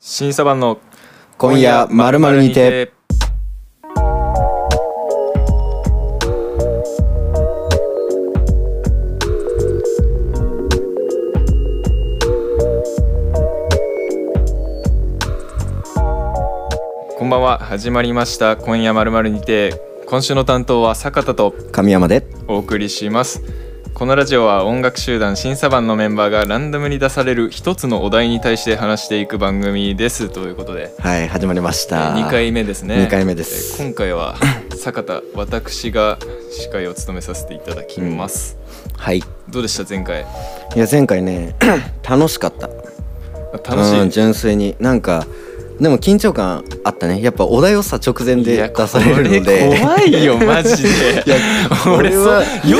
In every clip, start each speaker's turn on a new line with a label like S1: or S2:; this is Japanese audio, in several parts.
S1: 審査版の
S2: 今夜まるまるにて
S1: こんばんは始まりました今夜まるまるにて今週の担当は坂田と
S2: 神山で
S1: お送りしますこのラジオは音楽集団審査版のメンバーがランダムに出される一つのお題に対して話していく番組ですということで
S2: はい始まりました
S1: 2回目ですね
S2: 二回目です
S1: えー今回は坂田私が司会を務めさせていただきます、
S2: はいい
S1: どうでした前回
S2: や前回ね 楽しかった
S1: 楽しい、
S2: うん純粋になんかでも緊張感あったねやっぱお題をさ直前
S1: い
S2: で
S1: や
S2: 出されるの
S1: こ
S2: で
S1: れ怖いよマジで
S2: いや
S1: 俺
S2: これは
S1: さよ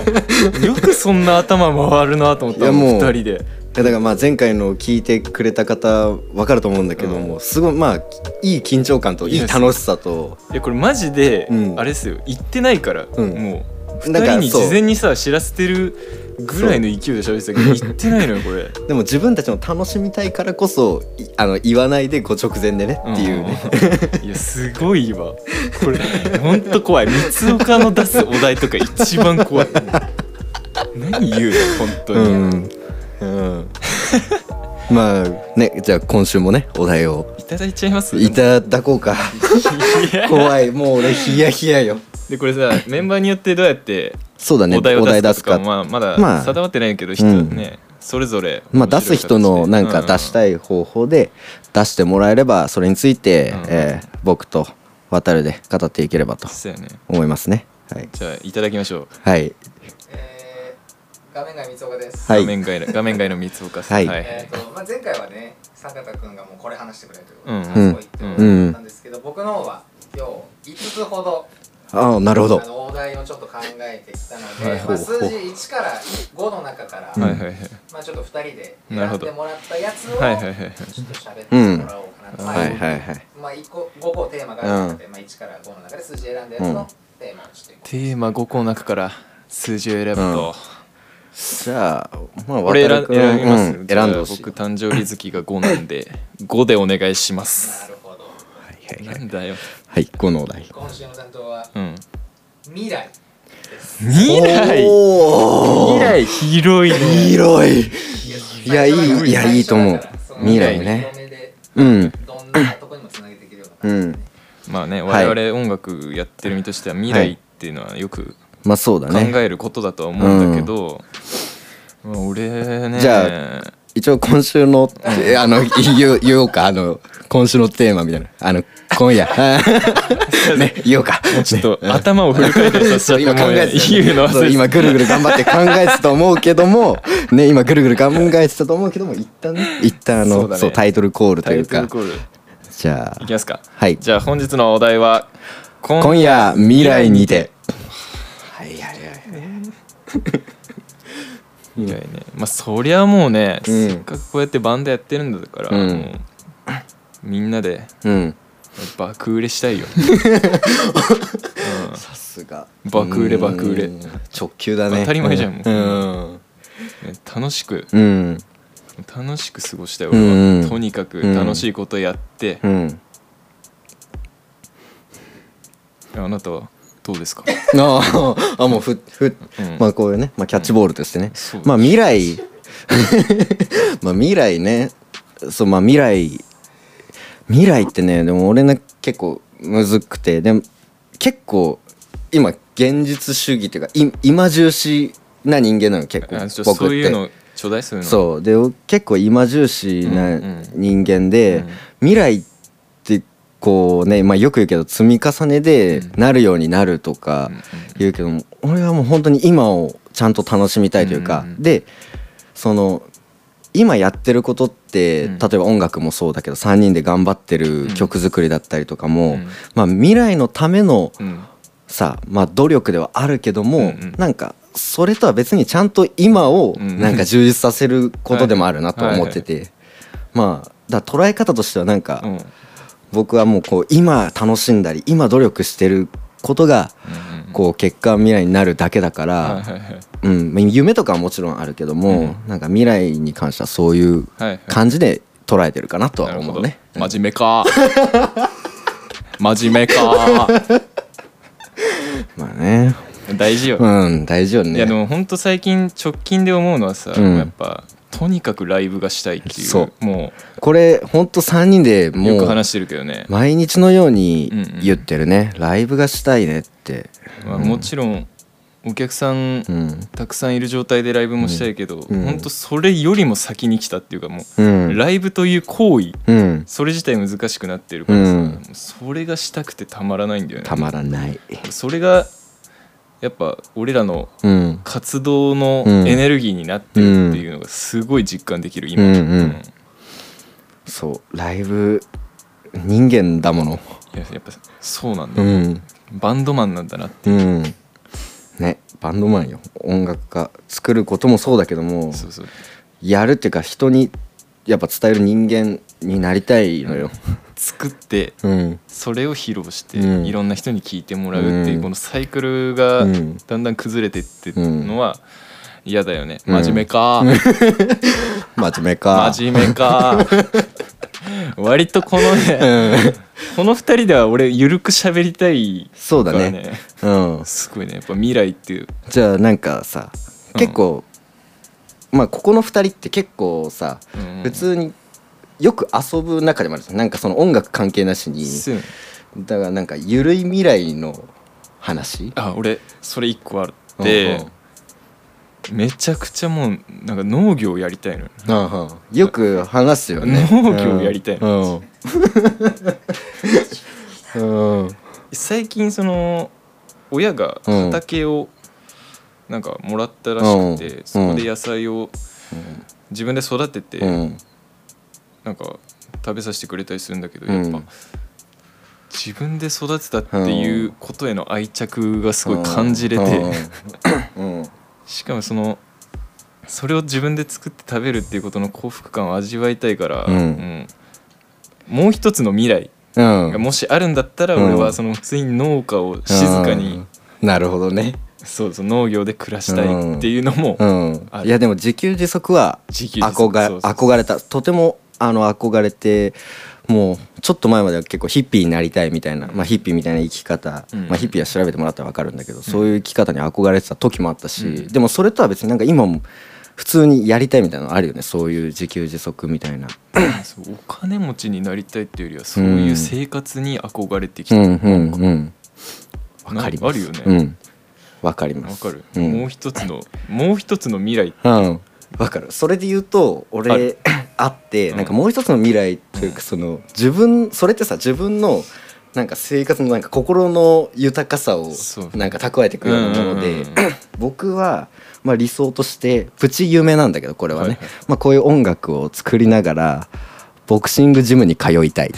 S1: くねよくそんな頭回るなと思っ
S2: い
S1: た
S2: や
S1: も
S2: も
S1: ん
S2: う
S1: 2人で
S2: いやだからまあ前回の聞いてくれた方わかると思うんだけども、すごいまあいい緊張感といい楽しさと
S1: いやこれマジで、
S2: うん
S1: あれですよ言ってないから、
S2: うん
S1: もう2
S2: だから
S1: 人に
S2: そう
S1: 事前にさ知らせてるぐらいの勢いで喋ってた けど言ってないのよこれ
S2: でも自分たちも楽しみたいからこそいあの言わないでご直前でねっていうね、
S1: うんいやすごいわこれほんと怖い三岡の出すお題とか一番怖い何言うの本当に、
S2: うん、 まあねじゃあ今週もねお題を
S1: いただいちゃいます
S2: いただこ うか
S1: いや
S2: 怖いもう俺ヒヤヒヤよ
S1: でこれさメンバーによってどうやって
S2: そうだね
S1: お題を
S2: お題
S1: 出
S2: 出
S1: す
S2: す
S1: か
S2: か
S1: まあ、まだ
S2: まあ
S1: 定まってないけど人、
S2: うん
S1: ねそれぞれ
S2: まあ出す人のなんか出した
S1: い、
S2: い方法で出してもらえればそれについて、
S1: うん
S2: えー僕と渡るで語っていければと
S1: そうやね
S2: 思いますねはい、
S1: じゃあいただきましょう
S2: はい、
S3: えー画面外三岡です。
S2: は
S1: 画
S2: い
S1: 面 外の画面外の三岡さん
S2: はい
S3: えっ、とまあ前回はね坂田くんがもうこれ話してくれということ
S1: う
S3: で
S1: ん
S3: そう言っても
S2: うん
S3: らったんですけど、僕の方は今日五つほど
S2: ああなるほど
S3: あのお題をちょっと考えてきたの
S1: はい
S3: で、
S2: ほ
S3: まあ、
S2: うほ
S3: 数
S2: う
S3: 字一から五の中から、
S1: はいはいはい
S3: まあちょっと二人で
S1: なるほ
S3: 選ん
S1: ど
S3: でもらったやつをちょっと
S1: はいはいはい
S3: 喋ってもらおう
S1: う
S3: かなと。
S1: ん
S3: まあ
S2: はいはいはい
S3: まあ一個五個テーマがあるので、まあ一から五の中で数字選んだやつのテーマをちょっと
S1: テーマ5個の中から数字を選ぶと、
S2: じゃあまあ
S1: 俺
S2: 渡
S1: 選
S2: る
S1: び
S2: 君
S1: 選びます、
S2: うん、
S1: じゃあ
S2: 選んでほしい
S1: 僕誕生日月が5なんで5でお願いしま
S3: 今な
S1: す
S3: るほど。
S2: はい
S1: な
S2: は
S1: い
S2: はい
S1: んだよ
S2: はいこのお題
S3: 今週の担当は
S1: うん
S3: 未来です。
S1: 未来
S2: おー
S1: 未来広いね
S2: 広い
S3: い
S2: いやいいいやいいと思う未来ねうん
S3: どんなとこにもつなげていけるような
S2: うん
S1: まあね
S2: はい
S1: 我々音楽やってる身としては未来っていうのはよく
S2: まあそうだ
S1: 考
S2: ね
S1: えることだとは思うんだけど、まあ、俺ね
S2: じゃ一応今週のえあの言う言おうかあの今週のテーマみたいなあの今 夜ね言おうか
S1: ちょっと頭をフル回転させちゃ
S2: 今
S1: っ
S2: 考
S1: てもう
S2: えてたよね
S1: 言うの忘
S2: そう
S1: れて
S2: 今ぐるぐる頑張って考えてたと思うけどもね今ぐるぐる考えてたと思うけども一旦ね一旦あ
S1: そうだ
S2: の
S1: ね
S2: そうタイトルコールと
S1: タ
S2: い
S1: イ
S2: う
S1: トル
S2: か
S1: コール
S2: じゃ
S1: い
S2: あ
S1: きますか
S2: はい
S1: じゃあ本日のお題は今
S2: 今夜未来にてはいはいはい
S1: 未来ねまあそりゃもうね、
S2: うん
S1: せっかくこうやってバンドやってるんだから、
S2: うん
S1: もうみんなで
S2: うん
S1: 爆売れしたい よ
S2: さすが
S1: 爆売れ爆売れ
S2: うん直球だね
S1: 当たり前じゃんもう
S2: うん
S1: ね楽しく
S2: うん
S1: 楽しく過ごしたい俺は、
S2: うんうん
S1: とにかく楽しいことやって、
S2: うん
S1: あなたはどうですか、
S2: あああもうふ
S1: う
S2: ふ、
S1: ん
S2: まあこういうね、まあ、キャッチボールとしてね、
S1: そう
S2: まあ未来 まあ未来ねそうまあ未来未来ってねでも俺ね結構むずくてでも結構今現実主義っていうかい今重視な人間なの結構
S1: あちょ
S2: 僕って
S1: そういうのちょうだいそういうの
S2: そうで結構今重視
S1: う
S2: なん
S1: うん
S2: 人間で、
S1: うん
S2: 未来ってこうね、まあ、よく言うけど積み重ねで
S1: うん
S2: なるようになるとか
S1: うんうん
S2: 言うけども、俺はもう本当に今をちゃんと楽しみたいという
S1: うん
S2: か、
S1: うんうん
S2: でその今やってることって、
S1: うん
S2: 例えば音楽もそうだけど3人で頑張ってる曲作りだったりとか
S1: う
S2: も、
S1: ん
S2: まあ、未来のための
S1: うん
S2: さまあ努力ではあるけども、
S1: うんうん
S2: なんかそれとは別にちゃんと今を
S1: うん
S2: なんか充実させることでもあるなと思ってて、まあだから捉え方としてはなんか、
S1: うんうん
S2: 僕はもうこう今楽しんだり今努力してることが
S1: うん
S2: こう結果未来になるだけだか
S1: はい
S2: ら、
S1: はいはい
S2: うん、夢とかはもちろんあるけども、なんか未来に関してはそういう
S1: はいはい
S2: 感じで捉えてるかなと
S1: な
S2: は
S1: るほ
S2: 思
S1: ど
S2: うね
S1: ね。真面目 か真面目か
S2: まあね
S1: 大事よ、
S2: うん大丈夫ね
S1: いやでもほんと最近直近で思うのはさ、
S2: うん
S1: やっぱとにかくライブがしたいっていう
S2: そう
S1: も
S2: これほんと3人で
S1: うよ
S2: も
S1: く
S2: う
S1: 話してるけどね、
S2: 毎日のように
S1: うんうん
S2: 言ってるね、ライブがしたいねって
S1: まあ、もちろんお客さん
S2: うん
S1: たくさんいる状態でライブもしたいけど、
S2: うん
S1: ほんとそれよりも先に来たっていうかも
S2: う
S1: う、
S2: ん
S1: ライブという行為
S2: うん
S1: それ自体難しくなってるからさ、
S2: うん
S1: もうそれがしたくてたまらないんだよね
S2: たまらない
S1: それがやっぱ俺らの
S2: うん
S1: 活動の
S2: うん
S1: エネルギーになってるっていうのがすごい実感できる今、
S2: うんうんそうライブ人間だもの
S1: いややっぱそうなんだ
S2: う
S1: よ、
S2: ん
S1: バンドマンなんだな
S2: うんねバンドマンよ音楽家作ることもそうだけども
S1: そうそう
S2: やるっていうか人にやっぱ伝える人間になりたいのよ
S1: 作って
S2: うん
S1: それを披露して、
S2: うん
S1: いろんな人に聞いてもらうっていう、
S2: うん
S1: このサイクルが
S2: うん
S1: だんだん崩れてってのは嫌だよね、
S2: うん
S1: 真面目か、
S2: 真面目 か
S1: 真面目 か割とこのね
S2: うん
S1: この二人では俺ゆるく喋りたい
S2: そう
S1: か
S2: だ
S1: ら
S2: ね
S1: ね
S2: うん
S1: すごいねやっぱ未来っていう
S2: じゃあなんかさ結構、まあここの2人って結構さ、
S1: うん
S2: 普通によく遊ぶ中でもあるじゃんなんかその音楽関係なしに
S1: そう
S2: だからなんかゆるい未来の話
S1: あ俺それ一個あるって、めちゃくちゃもうなんか農業やりたいのよ
S2: うんうんうんよく話す よね
S1: 農業やりたい
S2: うん うん、うん
S1: 最近その親が畑をなんかもらったらしくて、
S2: うん
S1: そこで野菜を自分で育てて、
S2: うん
S1: なんか食べさせてくれたりするんだけど、
S2: うん
S1: やっぱ自分で育てたっていうことへの愛着がすごい感じれて、
S2: うんうん
S1: しかもそのそれを自分で作って食べるっていうことの幸福感を味わいたいから、
S2: うん
S1: うんもう一つの未来
S2: うん
S1: がもしあるんだったら
S2: うん
S1: 俺はその普通に農家を静かに、
S2: うんなるほどね
S1: そうそう農業で暮らしたいっていうのも
S2: うん
S1: ある
S2: いやでも自給自足は
S1: 自給自足
S2: 憧
S1: そ
S2: れ
S1: うそう
S2: 憧れたとてもあの憧れてもうちょっと前までは結構ヒッピーになりたいみたいな、まあ、ヒッピーみたいな生き方、
S1: うん
S2: まあ、ヒッピーは調べてもらったら分かるんだけど、そういう生き方に憧れてた時もあったし、
S1: うん
S2: でもそれとは別になんか今も普通にやりたいみたいなのあるよねそういう自給自足みたいな。
S1: そうお金持ちになりたいっていうよりはそういう生活に憧れてき
S2: う
S1: た、
S2: んうんうん
S1: なん
S2: わかります
S1: あるよね、
S2: うん、わかりま
S1: わ
S2: す。
S1: かる、
S2: うん
S1: もう一つのもう一つの未来
S2: うんわかるそれで言うと
S1: あ
S2: 俺
S1: る
S2: あって
S1: うん
S2: なんかもう一つの未来というかその自分それってさ自分のなんか生活のなんか心の豊かさを
S1: そう
S2: なんか蓄えていくような
S1: うんう
S2: もの
S1: んう
S2: で
S1: ん
S2: 僕はまあ理想としてプチ夢なんだけどこれは
S1: はい
S2: ね
S1: はい
S2: まあこういう音楽を作りながらボクシングジムに通い たい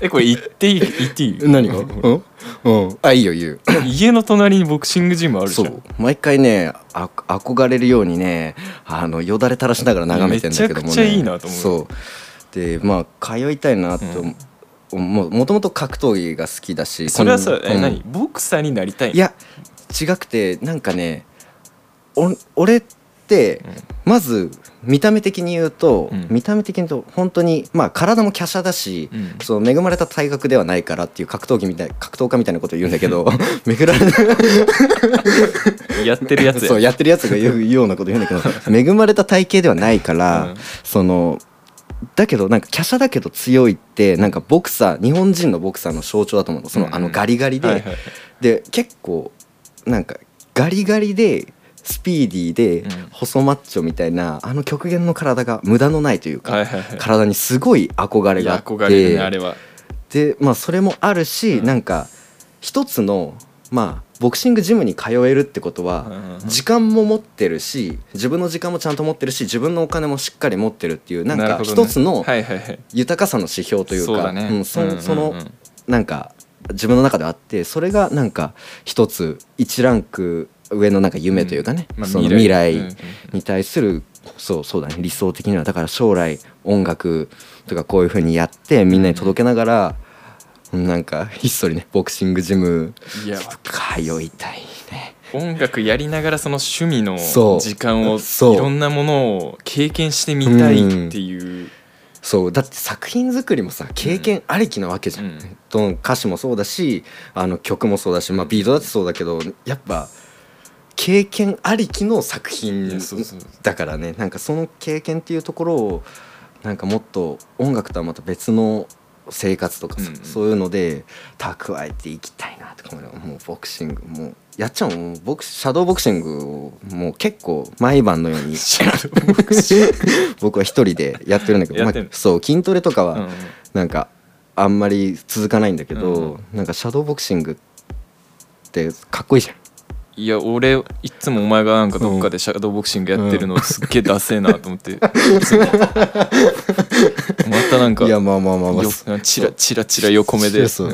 S1: えこれ言っていい言っていい
S2: 何がうんうんあいいよ言う
S1: 家の隣にボクシングジムあるじ
S2: そ
S1: ゃ
S2: うん毎回ねあ憧れるようにねあのよだれ垂らしながら眺めてんだけどもね
S1: めちゃくちゃいいなと思う
S2: そうでまあ通いたいなと、ももともと格闘技が好きだし
S1: それはさ
S2: この
S1: え
S2: うん
S1: 何ボクサーになりたいの
S2: いや違くてなんかねお俺ってまず見た目的に言うと、
S1: うん
S2: 見た目的に言うと本当にまあ体も華奢だし、
S1: うん
S2: その恵まれた体格ではないからっていう格闘技みたい格闘家みたいなことを言うんだけ ど 恵られ
S1: やってるやつや
S2: そうやってるやつ が言うようなこと言うんだけど恵まれた体型ではないから、
S1: うん
S2: そのだけどなんか華奢だけど強いってなんかボクサー日本人のボクサーの象徴だと思うのその、
S1: うん
S2: あのガリガリで、
S1: はいはいはい
S2: で結構なんかガリガリでスピーディーで
S1: うん
S2: 細マッチョみたいな、あの極限の体が無駄のないというか、
S1: はいはいはい
S2: 体にすごい憧れ
S1: い
S2: があ
S1: や
S2: って
S1: 憧れるねあれは
S2: でまあそれもあるし、なんか一つのまあボクシングジムに通えるってこと
S1: うんうんう
S2: は
S1: ん
S2: 時間も持ってるし自分の時間もちゃんと持ってるし自分のお金もしっかり持ってるっていうなん
S1: る
S2: か
S1: ほどね
S2: 一つの
S1: はいはいはい
S2: 豊かさの指標という
S1: そう
S2: か
S1: だね
S2: うんそ
S1: うんうんうん
S2: そのなんか自分の中であってそれがなんか一つ一ランク上のなんか夢というかね、
S1: うんまあ
S2: その未
S1: 未来うんうん
S2: 来に対するそうそうだね理想的にはだから将来音楽とかこういう風にやってみんなに届けながら、なんかひっそりねボクシングジム
S1: いや
S2: 通いたいね
S1: 音楽やりながらその趣味の
S2: そう
S1: 時間を
S2: そう
S1: いろんなものを経験してみたいっていう
S2: そうだって作品作りもさ経験ありきなわけじゃん、
S1: うん
S2: どの歌詞もそうだしあの曲もそうだし、まあ、ビートだってそうだけどやっぱ経験ありきの作
S1: い
S2: 品
S1: やそうそう
S2: だからねなんかその経験っていうところをなんかもっと音楽とはまた別の生活とかさ、
S1: うんうん
S2: そういうので蓄えていきたいなとか思うよもうボクシングもうやっちゃんもうボクシャドーボクシングをもう結構毎晩のよう に 僕は一人でやってるんだけど、
S1: や
S2: ま
S1: ってんの
S2: あ、そう筋トレとか
S1: うんうん
S2: はなんかあんまり続かないんだけど、
S1: う
S2: なんかシャドーボクシングってかっこいいじゃん
S1: いや俺いっつもお前がなんかどっかでシャドーボクシングやってるのすっげえダセえなと思ってい つもまたなんか
S2: いやまあまあまあまあ
S1: よチラチラチラ横目で
S2: そう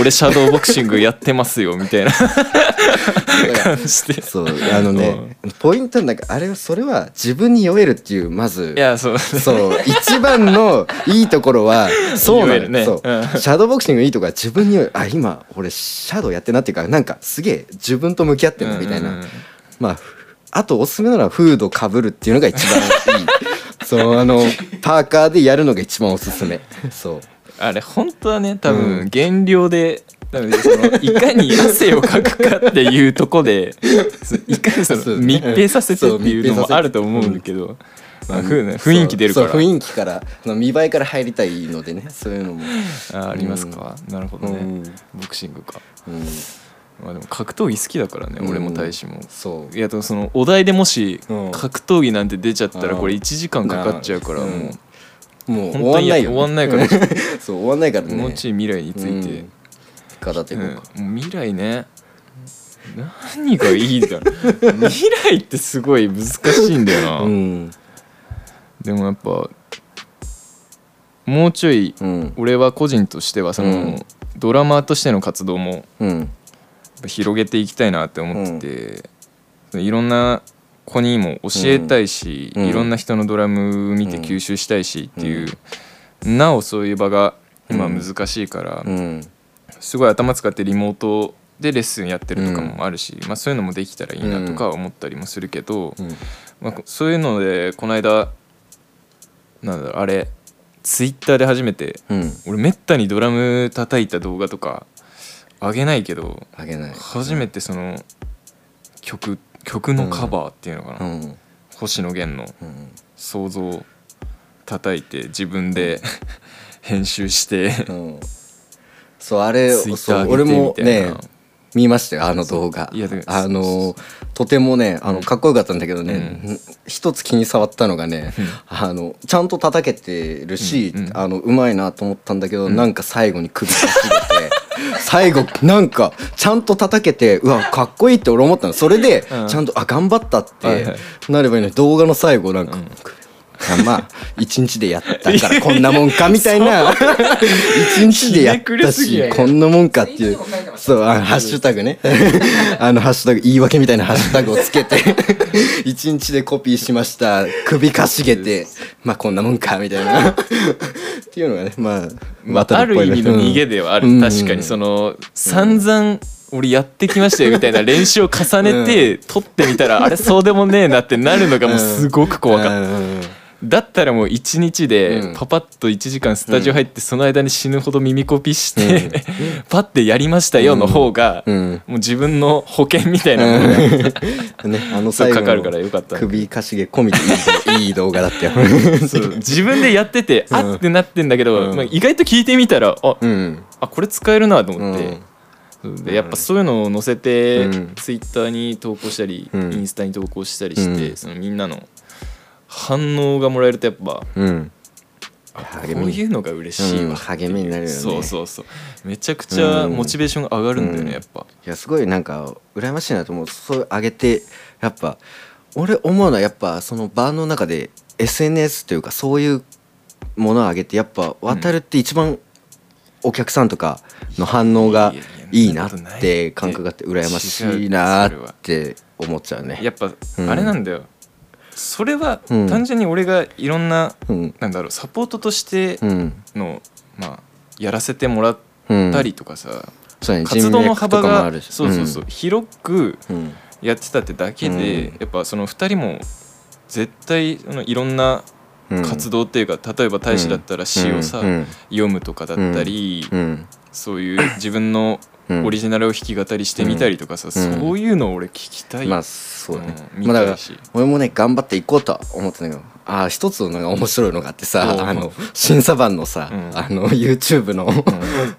S1: 俺シャドーボクシングやってますよみたいな感じで
S2: そうあのね、ポイントなんかあれはそれは自分に酔えるっていうまず
S1: いや そう
S2: そう一番のいいところ はそう
S1: 酔
S2: な
S1: え
S2: の
S1: るね
S2: そう
S1: うん
S2: シャドーボクシングのいいところは自分に酔えるあ今俺シャドーやってんなっていうかなんかすげえ自分と向き合ってるなみたいな、
S1: うんうんうん
S2: まあふあとおすすめならフードかぶるっていうのが一 番いいそうあのパーカーでやるのが一番おすすめそう
S1: あれ本当はね多
S2: う
S1: 分減量で、多分そのいかに汗をかくかっていうとこ でそういかにそ
S2: そう
S1: の密閉させてっていうの
S2: そう密閉させ
S1: も
S2: て
S1: あると思うんだけど、まあ、
S2: うん
S1: ふうな雰囲気出るから
S2: そうそう雰囲気からその見栄えから入りたいのでねそういうのも、
S1: あありますか、なるほどね、
S2: うん
S1: ボクシングか、
S2: うん、
S1: まあ、でも格闘技好きだからね、俺も大志も。
S2: そう
S1: いやでもそのお題でもし
S2: うん
S1: 格闘技なんて出ちゃったら
S2: うん
S1: これ1時間かかっちゃうから
S2: うん
S1: も
S2: もう
S1: う
S2: 終
S1: 本
S2: わ
S1: 当
S2: ん
S1: に
S2: ない
S1: や
S2: よ、
S1: 終わんない からね
S2: そう終わんないからね
S1: もうちょい未来について
S2: うん片手
S1: う
S2: こうんか、
S1: もう未来ね何がいい だろう未来ってすごい難しいんだよな、
S2: うん
S1: でもやっぱもうちょい
S2: うん
S1: 俺は個人としてはその、
S2: うん
S1: ドラマーとしての活動もやっ
S2: うん
S1: ぱ広げていきたいなって思ってて、いろんな子にも教えたいし、
S2: うん
S1: いろんな人のドラム見て
S2: うん
S1: 吸収したいしっていう、なおそういう場が今難しいから、
S2: うん
S1: すごい頭使ってリモートでレッスンやってるとかもあるし、まあ、そういうのもできたらいいなとかは思ったりもするけど、
S2: うん
S1: まあ、そういうのでこの間なんだろうあれツイッターで初めて
S2: うん
S1: 俺めったにドラム叩いた動画とか上げないけど
S2: あげない
S1: 初めてその曲曲のカバーっていうのかな、
S2: うん
S1: 星野源の
S2: うん
S1: 想像を叩いて自分で 編集して
S2: うんそうあれ
S1: ツイッ
S2: そ
S1: ター
S2: う
S1: 上
S2: 俺
S1: げ
S2: も
S1: てみたい
S2: ね
S1: な。
S2: 見ましたよあの動画
S1: いやだから
S2: あのとてもねあのかっこよかったんだけどね、
S1: う
S2: 一つ気に触ったのがね、あのちゃんと叩けてるし、
S1: うんうん
S2: あのうまいなと思ったんだけど、
S1: うん
S2: なんか最後に首が切れて 最後なんかちゃんと叩けてうわかっこいいって俺思ったのそれで、
S1: うん
S2: ちゃんとあ頑張ったっ
S1: はいは
S2: てなればいいのに動画の最後なんか。
S1: うん
S2: まあ一日でやったからこんなもんかみたい な一日でやっ
S1: ひねくれ
S2: た
S1: すぎや
S2: し
S1: ね
S2: こんなもんかってい
S3: ツイー
S2: う
S3: トにも書いてました
S2: そ
S3: ね
S2: うあのハッシュタグね あのハッシュタグ言い訳みたいなハッシュタグをつけて 一日でコピーしました首かしげてまあこんなもんかみたいなっていうのがねまあ
S1: まあ、ある意味の逃げではある、
S2: うん
S1: 確かにその、散々俺やってきましたよみたいな練習を重ねて、撮ってみた らあれそうでもねえなってなるのがもうすごく怖かった、
S2: た
S1: だったらもう1日
S2: う
S1: で
S2: ん
S1: パパッと1時間スタジオ入ってその間に死ぬほど耳コピして、 パッてやりましたよの方が、
S2: うん
S1: もう自分の保険みたいなものが、
S2: ねあの
S1: そう
S2: 最後
S1: かかるから
S2: の
S1: よかった
S2: 首かしげ込みでいいいい動画だったよ
S1: そう自分でやってて、あってなってんだけど、
S2: うん
S1: まあ、意外と聞いてみたらあ
S2: うん
S1: あこれ使えるなと思って、でやっぱそういうのを載せて、
S2: うん
S1: ツイッターに投稿したり、
S2: うん
S1: インスタに投稿したりして、
S2: うん
S1: そのみんなの反応がもらえるとやっぱ、
S2: うん
S1: こういうのが嬉しい
S2: うん
S1: わ、
S2: 励みになるよね
S1: そうそうそうめちゃくちゃ
S2: うん
S1: モチベーションが上がるんだよね、
S2: うん
S1: やっぱ
S2: いやすごいなんか羨ましいなと思うそう上げてやっぱ俺思うのはやっぱそのバーの中で SNS というかそういうものを上げてやっぱ渡るって一番お客さんとかの反応がいいなって感覚があって羨ましいなって思っちゃうね。
S1: やっぱ
S2: うん
S1: あれなんだよ、それは
S2: うん
S1: 単純に俺がいろんな、
S2: うん
S1: なんだろうサポートとして
S2: うん
S1: の、まあやらせてもらっ
S2: うん
S1: たりとかさ、
S2: そうね
S1: 活動の幅
S2: 人脈とかも
S1: が
S2: あるし
S1: そうそうそう、広く
S2: うんうん
S1: やってたってだけで、
S2: うん
S1: やっぱその2人も絶対そのいろんな
S2: うん
S1: 活動っていうか、例えば大使だったら詩をさ、
S2: うん
S1: 読むとかだったり、
S2: うん
S1: そういう自分の
S2: うん
S1: オリジナルを弾き語りしてみたりとかさ、
S2: うん
S1: そういうの俺聞きたい、
S2: まあそうね、
S1: うん
S2: ま
S1: 見
S2: あだか
S1: た
S2: ら
S1: いし
S2: 俺もね頑張っていこうとは思ってんだけどああ一つのなんか面白いのがあってさ、
S1: うん
S2: あの審査版のさ、
S1: うん
S2: あの YouTube の、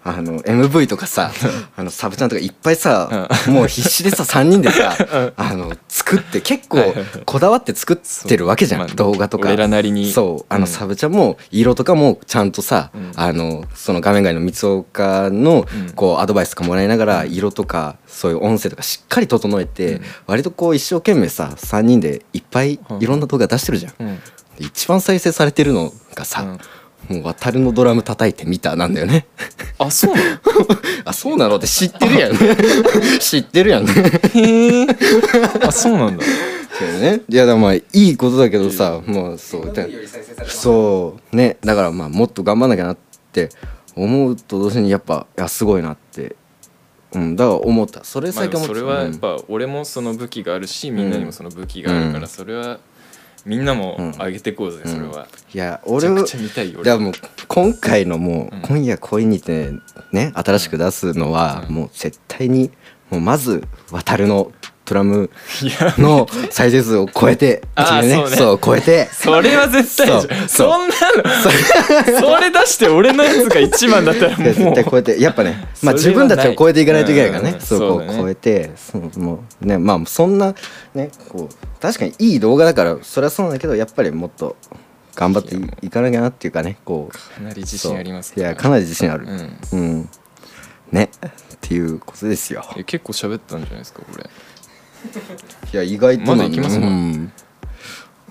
S2: あの MV とかさあのサブちゃんとかいっぱいさ、もう必死 でさ3人でさ、あの作って結構こだわって作ってるわけじゃん、
S1: そうまあ
S2: 動画とか
S1: 俺らなりに
S2: そうあ
S1: う
S2: の
S1: ん
S2: サブちゃんも色とかもちゃんとさ、
S1: うん
S2: あのその画面外の三岡の
S1: うん
S2: こうアドバイスとかもらいながら色とかそういう音声とかしっかり整えて、
S1: うん
S2: 割とこう一生懸命さ3人でいっぱい
S1: うん
S2: いろんな動画出してるじゃん、
S1: うん
S2: で一番再生されてるのがさ、もう渡るのドラム叩いてみたなんだよね
S1: あそうなの
S2: あそうなのって知って るやん知ってるやんね
S1: へえあそうなん だ
S2: そうねいやだからまあいいことだけどさもうそう
S3: そう
S2: だ
S3: より再生されてます
S2: そうねだからまあもっと頑張んなきゃなって思うと同時にやっぱいやすごいなって、うん、だから思ったそれ
S1: まあ
S2: 最
S1: で
S2: 近
S1: も
S2: 思った
S1: それはやっぱ俺もその武器があるしみんなにもその武器があるか
S2: うん
S1: らそれはみんなも
S2: うん
S1: 上げてこうぜそれは、
S2: いや
S1: めち
S2: 俺
S1: ゃく
S2: は
S1: ちゃ見たいよ
S2: いや
S1: 俺
S2: もう今回のもう
S1: うん
S2: 「今夜恋にて」ね新しく出すのは
S1: うん
S2: もう絶対にもうまず渡るのドラム
S1: いや
S2: の再生数を超えて
S1: あー
S2: ってい
S1: そうね
S2: そう超 えて
S1: それは絶対じゃん
S2: そう
S1: そんなのそれ出して俺のやつが一番だったら
S2: いや
S1: も
S2: 絶
S1: う
S2: 対超えてやっぱね、まあ、
S1: そ
S2: 自
S1: れは
S2: 分
S1: ない
S2: たちを超えていかないといけないからね、
S1: うん
S2: そうこ
S1: そう
S2: う
S1: だね
S2: 超えてそうもうねまあそんなねこう確かにいい動画だからそれはそうなんだけどやっぱりもっと頑張っていいかなきゃなっていうかねこう
S1: かなり自信あります
S2: そういやかなり自信ある
S1: うん
S2: うん、ねっていうことですよ
S1: え結構喋ったんじゃないですかこれ
S2: いや意外と
S1: まだいきます
S2: も
S1: も
S2: ん、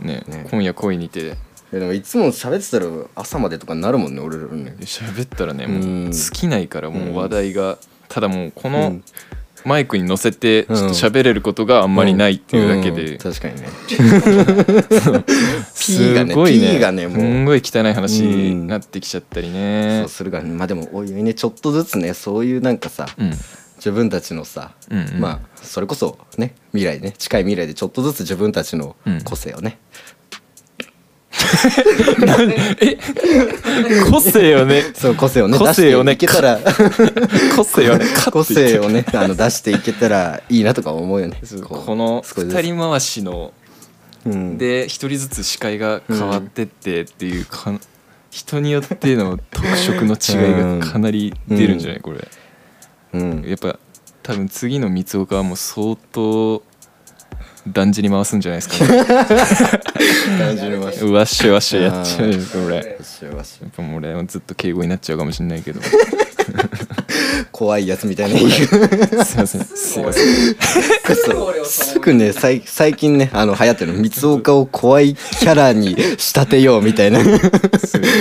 S2: い
S1: ね
S2: ね
S1: 今夜恋にて
S2: やでもいつも喋ってたら朝までとかになるもんね俺らね
S1: 喋ったらね
S2: う
S1: もうん尽きないからもう話題が、ただもうこ
S2: う
S1: の
S2: ん
S1: マイクに乗せてちょ
S2: う
S1: っ
S2: ん
S1: と喋れることがあんまりないっていうだけ
S2: ん
S1: で
S2: 確かに ね P が
S1: す
S2: ね
S1: ごい
S2: P
S1: ね
S2: がねもう
S1: すんごい汚い話になってきちゃったりね
S2: そうするがねまあでもおいおいねちょっとずつねそういうなんかさ、
S1: うん
S2: 自分たちのさ、
S1: うんうん
S2: まあそれこそね未来ね近い未来でちょっとずつ自分たちの
S1: うん
S2: 個性をね、
S1: 個性をね
S2: そう個性を ね
S1: 個性をね
S2: 出していけたら
S1: 個性をね勝
S2: 個
S1: って言っ
S2: 性
S1: て
S2: をねあの出していけたらいいなとか思うよね
S1: そう
S2: こう
S1: この
S2: 少しずつ
S1: 二人回しの
S2: うん
S1: で一人ずつ視界が変わってってっていうか人によっての特色の違いがかなり出るんじゃないこれ
S2: うん
S1: やっぱ多分次の三岡はもう相当だんじり回すんじゃないです か、
S2: 感じまし
S1: うわっしょわっしょやっちゃうじゃないですか俺
S2: たしわし
S1: やっぱもう俺はずっと敬語になっちゃうかもしれないけ どす
S2: 怖いやつみたいな言う
S1: いませんすいません
S3: すぐ俺をそう
S2: すぐねさい最近ねあの流行ってるの三岡を怖いキャラに仕立てようみたいな
S1: すごい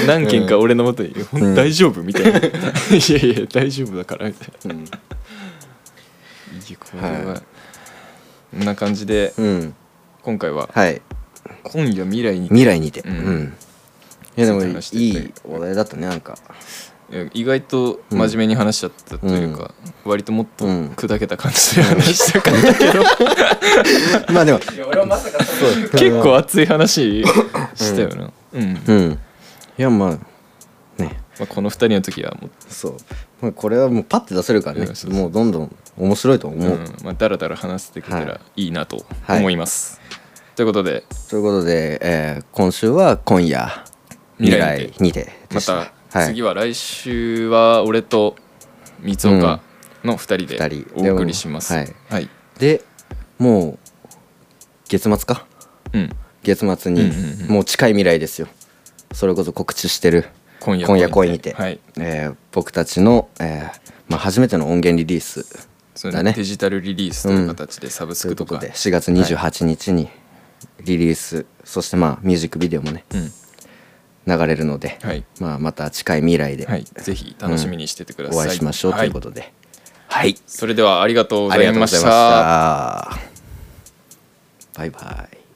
S1: 何件か俺のもとに「ほん大丈夫?」みた いな「いやいや大丈夫だから」みたいな
S2: うん、
S1: いやこれは、
S2: は
S1: こんな感じで
S2: うん、
S1: 今回は
S2: はい
S1: 「今夜未来に」
S2: 未来にてう、
S1: うんん
S2: いやでも
S1: そう
S2: い
S1: いう話して
S2: いお題だったねなんか
S1: いや意外と真面目に話しちゃったというか、割ともっと
S2: うん
S1: 砕けた感じで話したか ったけど、
S2: まあでも
S3: いや俺はまさかそういう
S1: 結構熱い話したよな、うん
S2: うんいやまあね
S1: まあ、この2人の時はも
S2: そう、まあ、これはもうパッて出せるからね
S1: うんそうそう
S2: もうどんどん面白いと思
S1: う、
S2: う、
S1: うんまあ、だらだら話してくれた
S2: は
S1: らいいなと
S2: はい
S1: 思います、ということで
S2: ということで、えー今週は今夜
S1: 未来にて
S2: 未来にてで
S1: ま
S2: した
S1: た
S2: はい、
S1: 次は来週は俺と三岡の2人で
S2: うん
S1: お送りします、
S2: 二人で
S1: はい、
S2: でもう月末か
S1: うん
S2: 月末に、
S1: うんうんうん
S2: もう近い未来ですよそれこそ告知してる
S1: 今夜
S2: 今夜恋にて、
S1: はい
S2: えー僕たちの、えーまあ、初めての音源リリース
S1: そう
S2: だ
S1: ね
S2: ね
S1: デジタルリリースという形でサブス
S2: とい
S1: ク
S2: うことと
S1: か
S2: で4月28日にリリース、そしてまあミュージックビデオもね
S1: うん
S2: 流れるので、
S1: はい
S2: まあ、また近い未
S1: は
S2: 来で
S1: い、ぜひ楽しみにしててください、、
S2: お会いしましょうということとで、はい、
S1: それではありがとうご
S2: あ
S1: ざ
S2: りが
S1: い
S2: とう
S1: ま
S2: ござい
S1: し
S2: ましたたバイバイ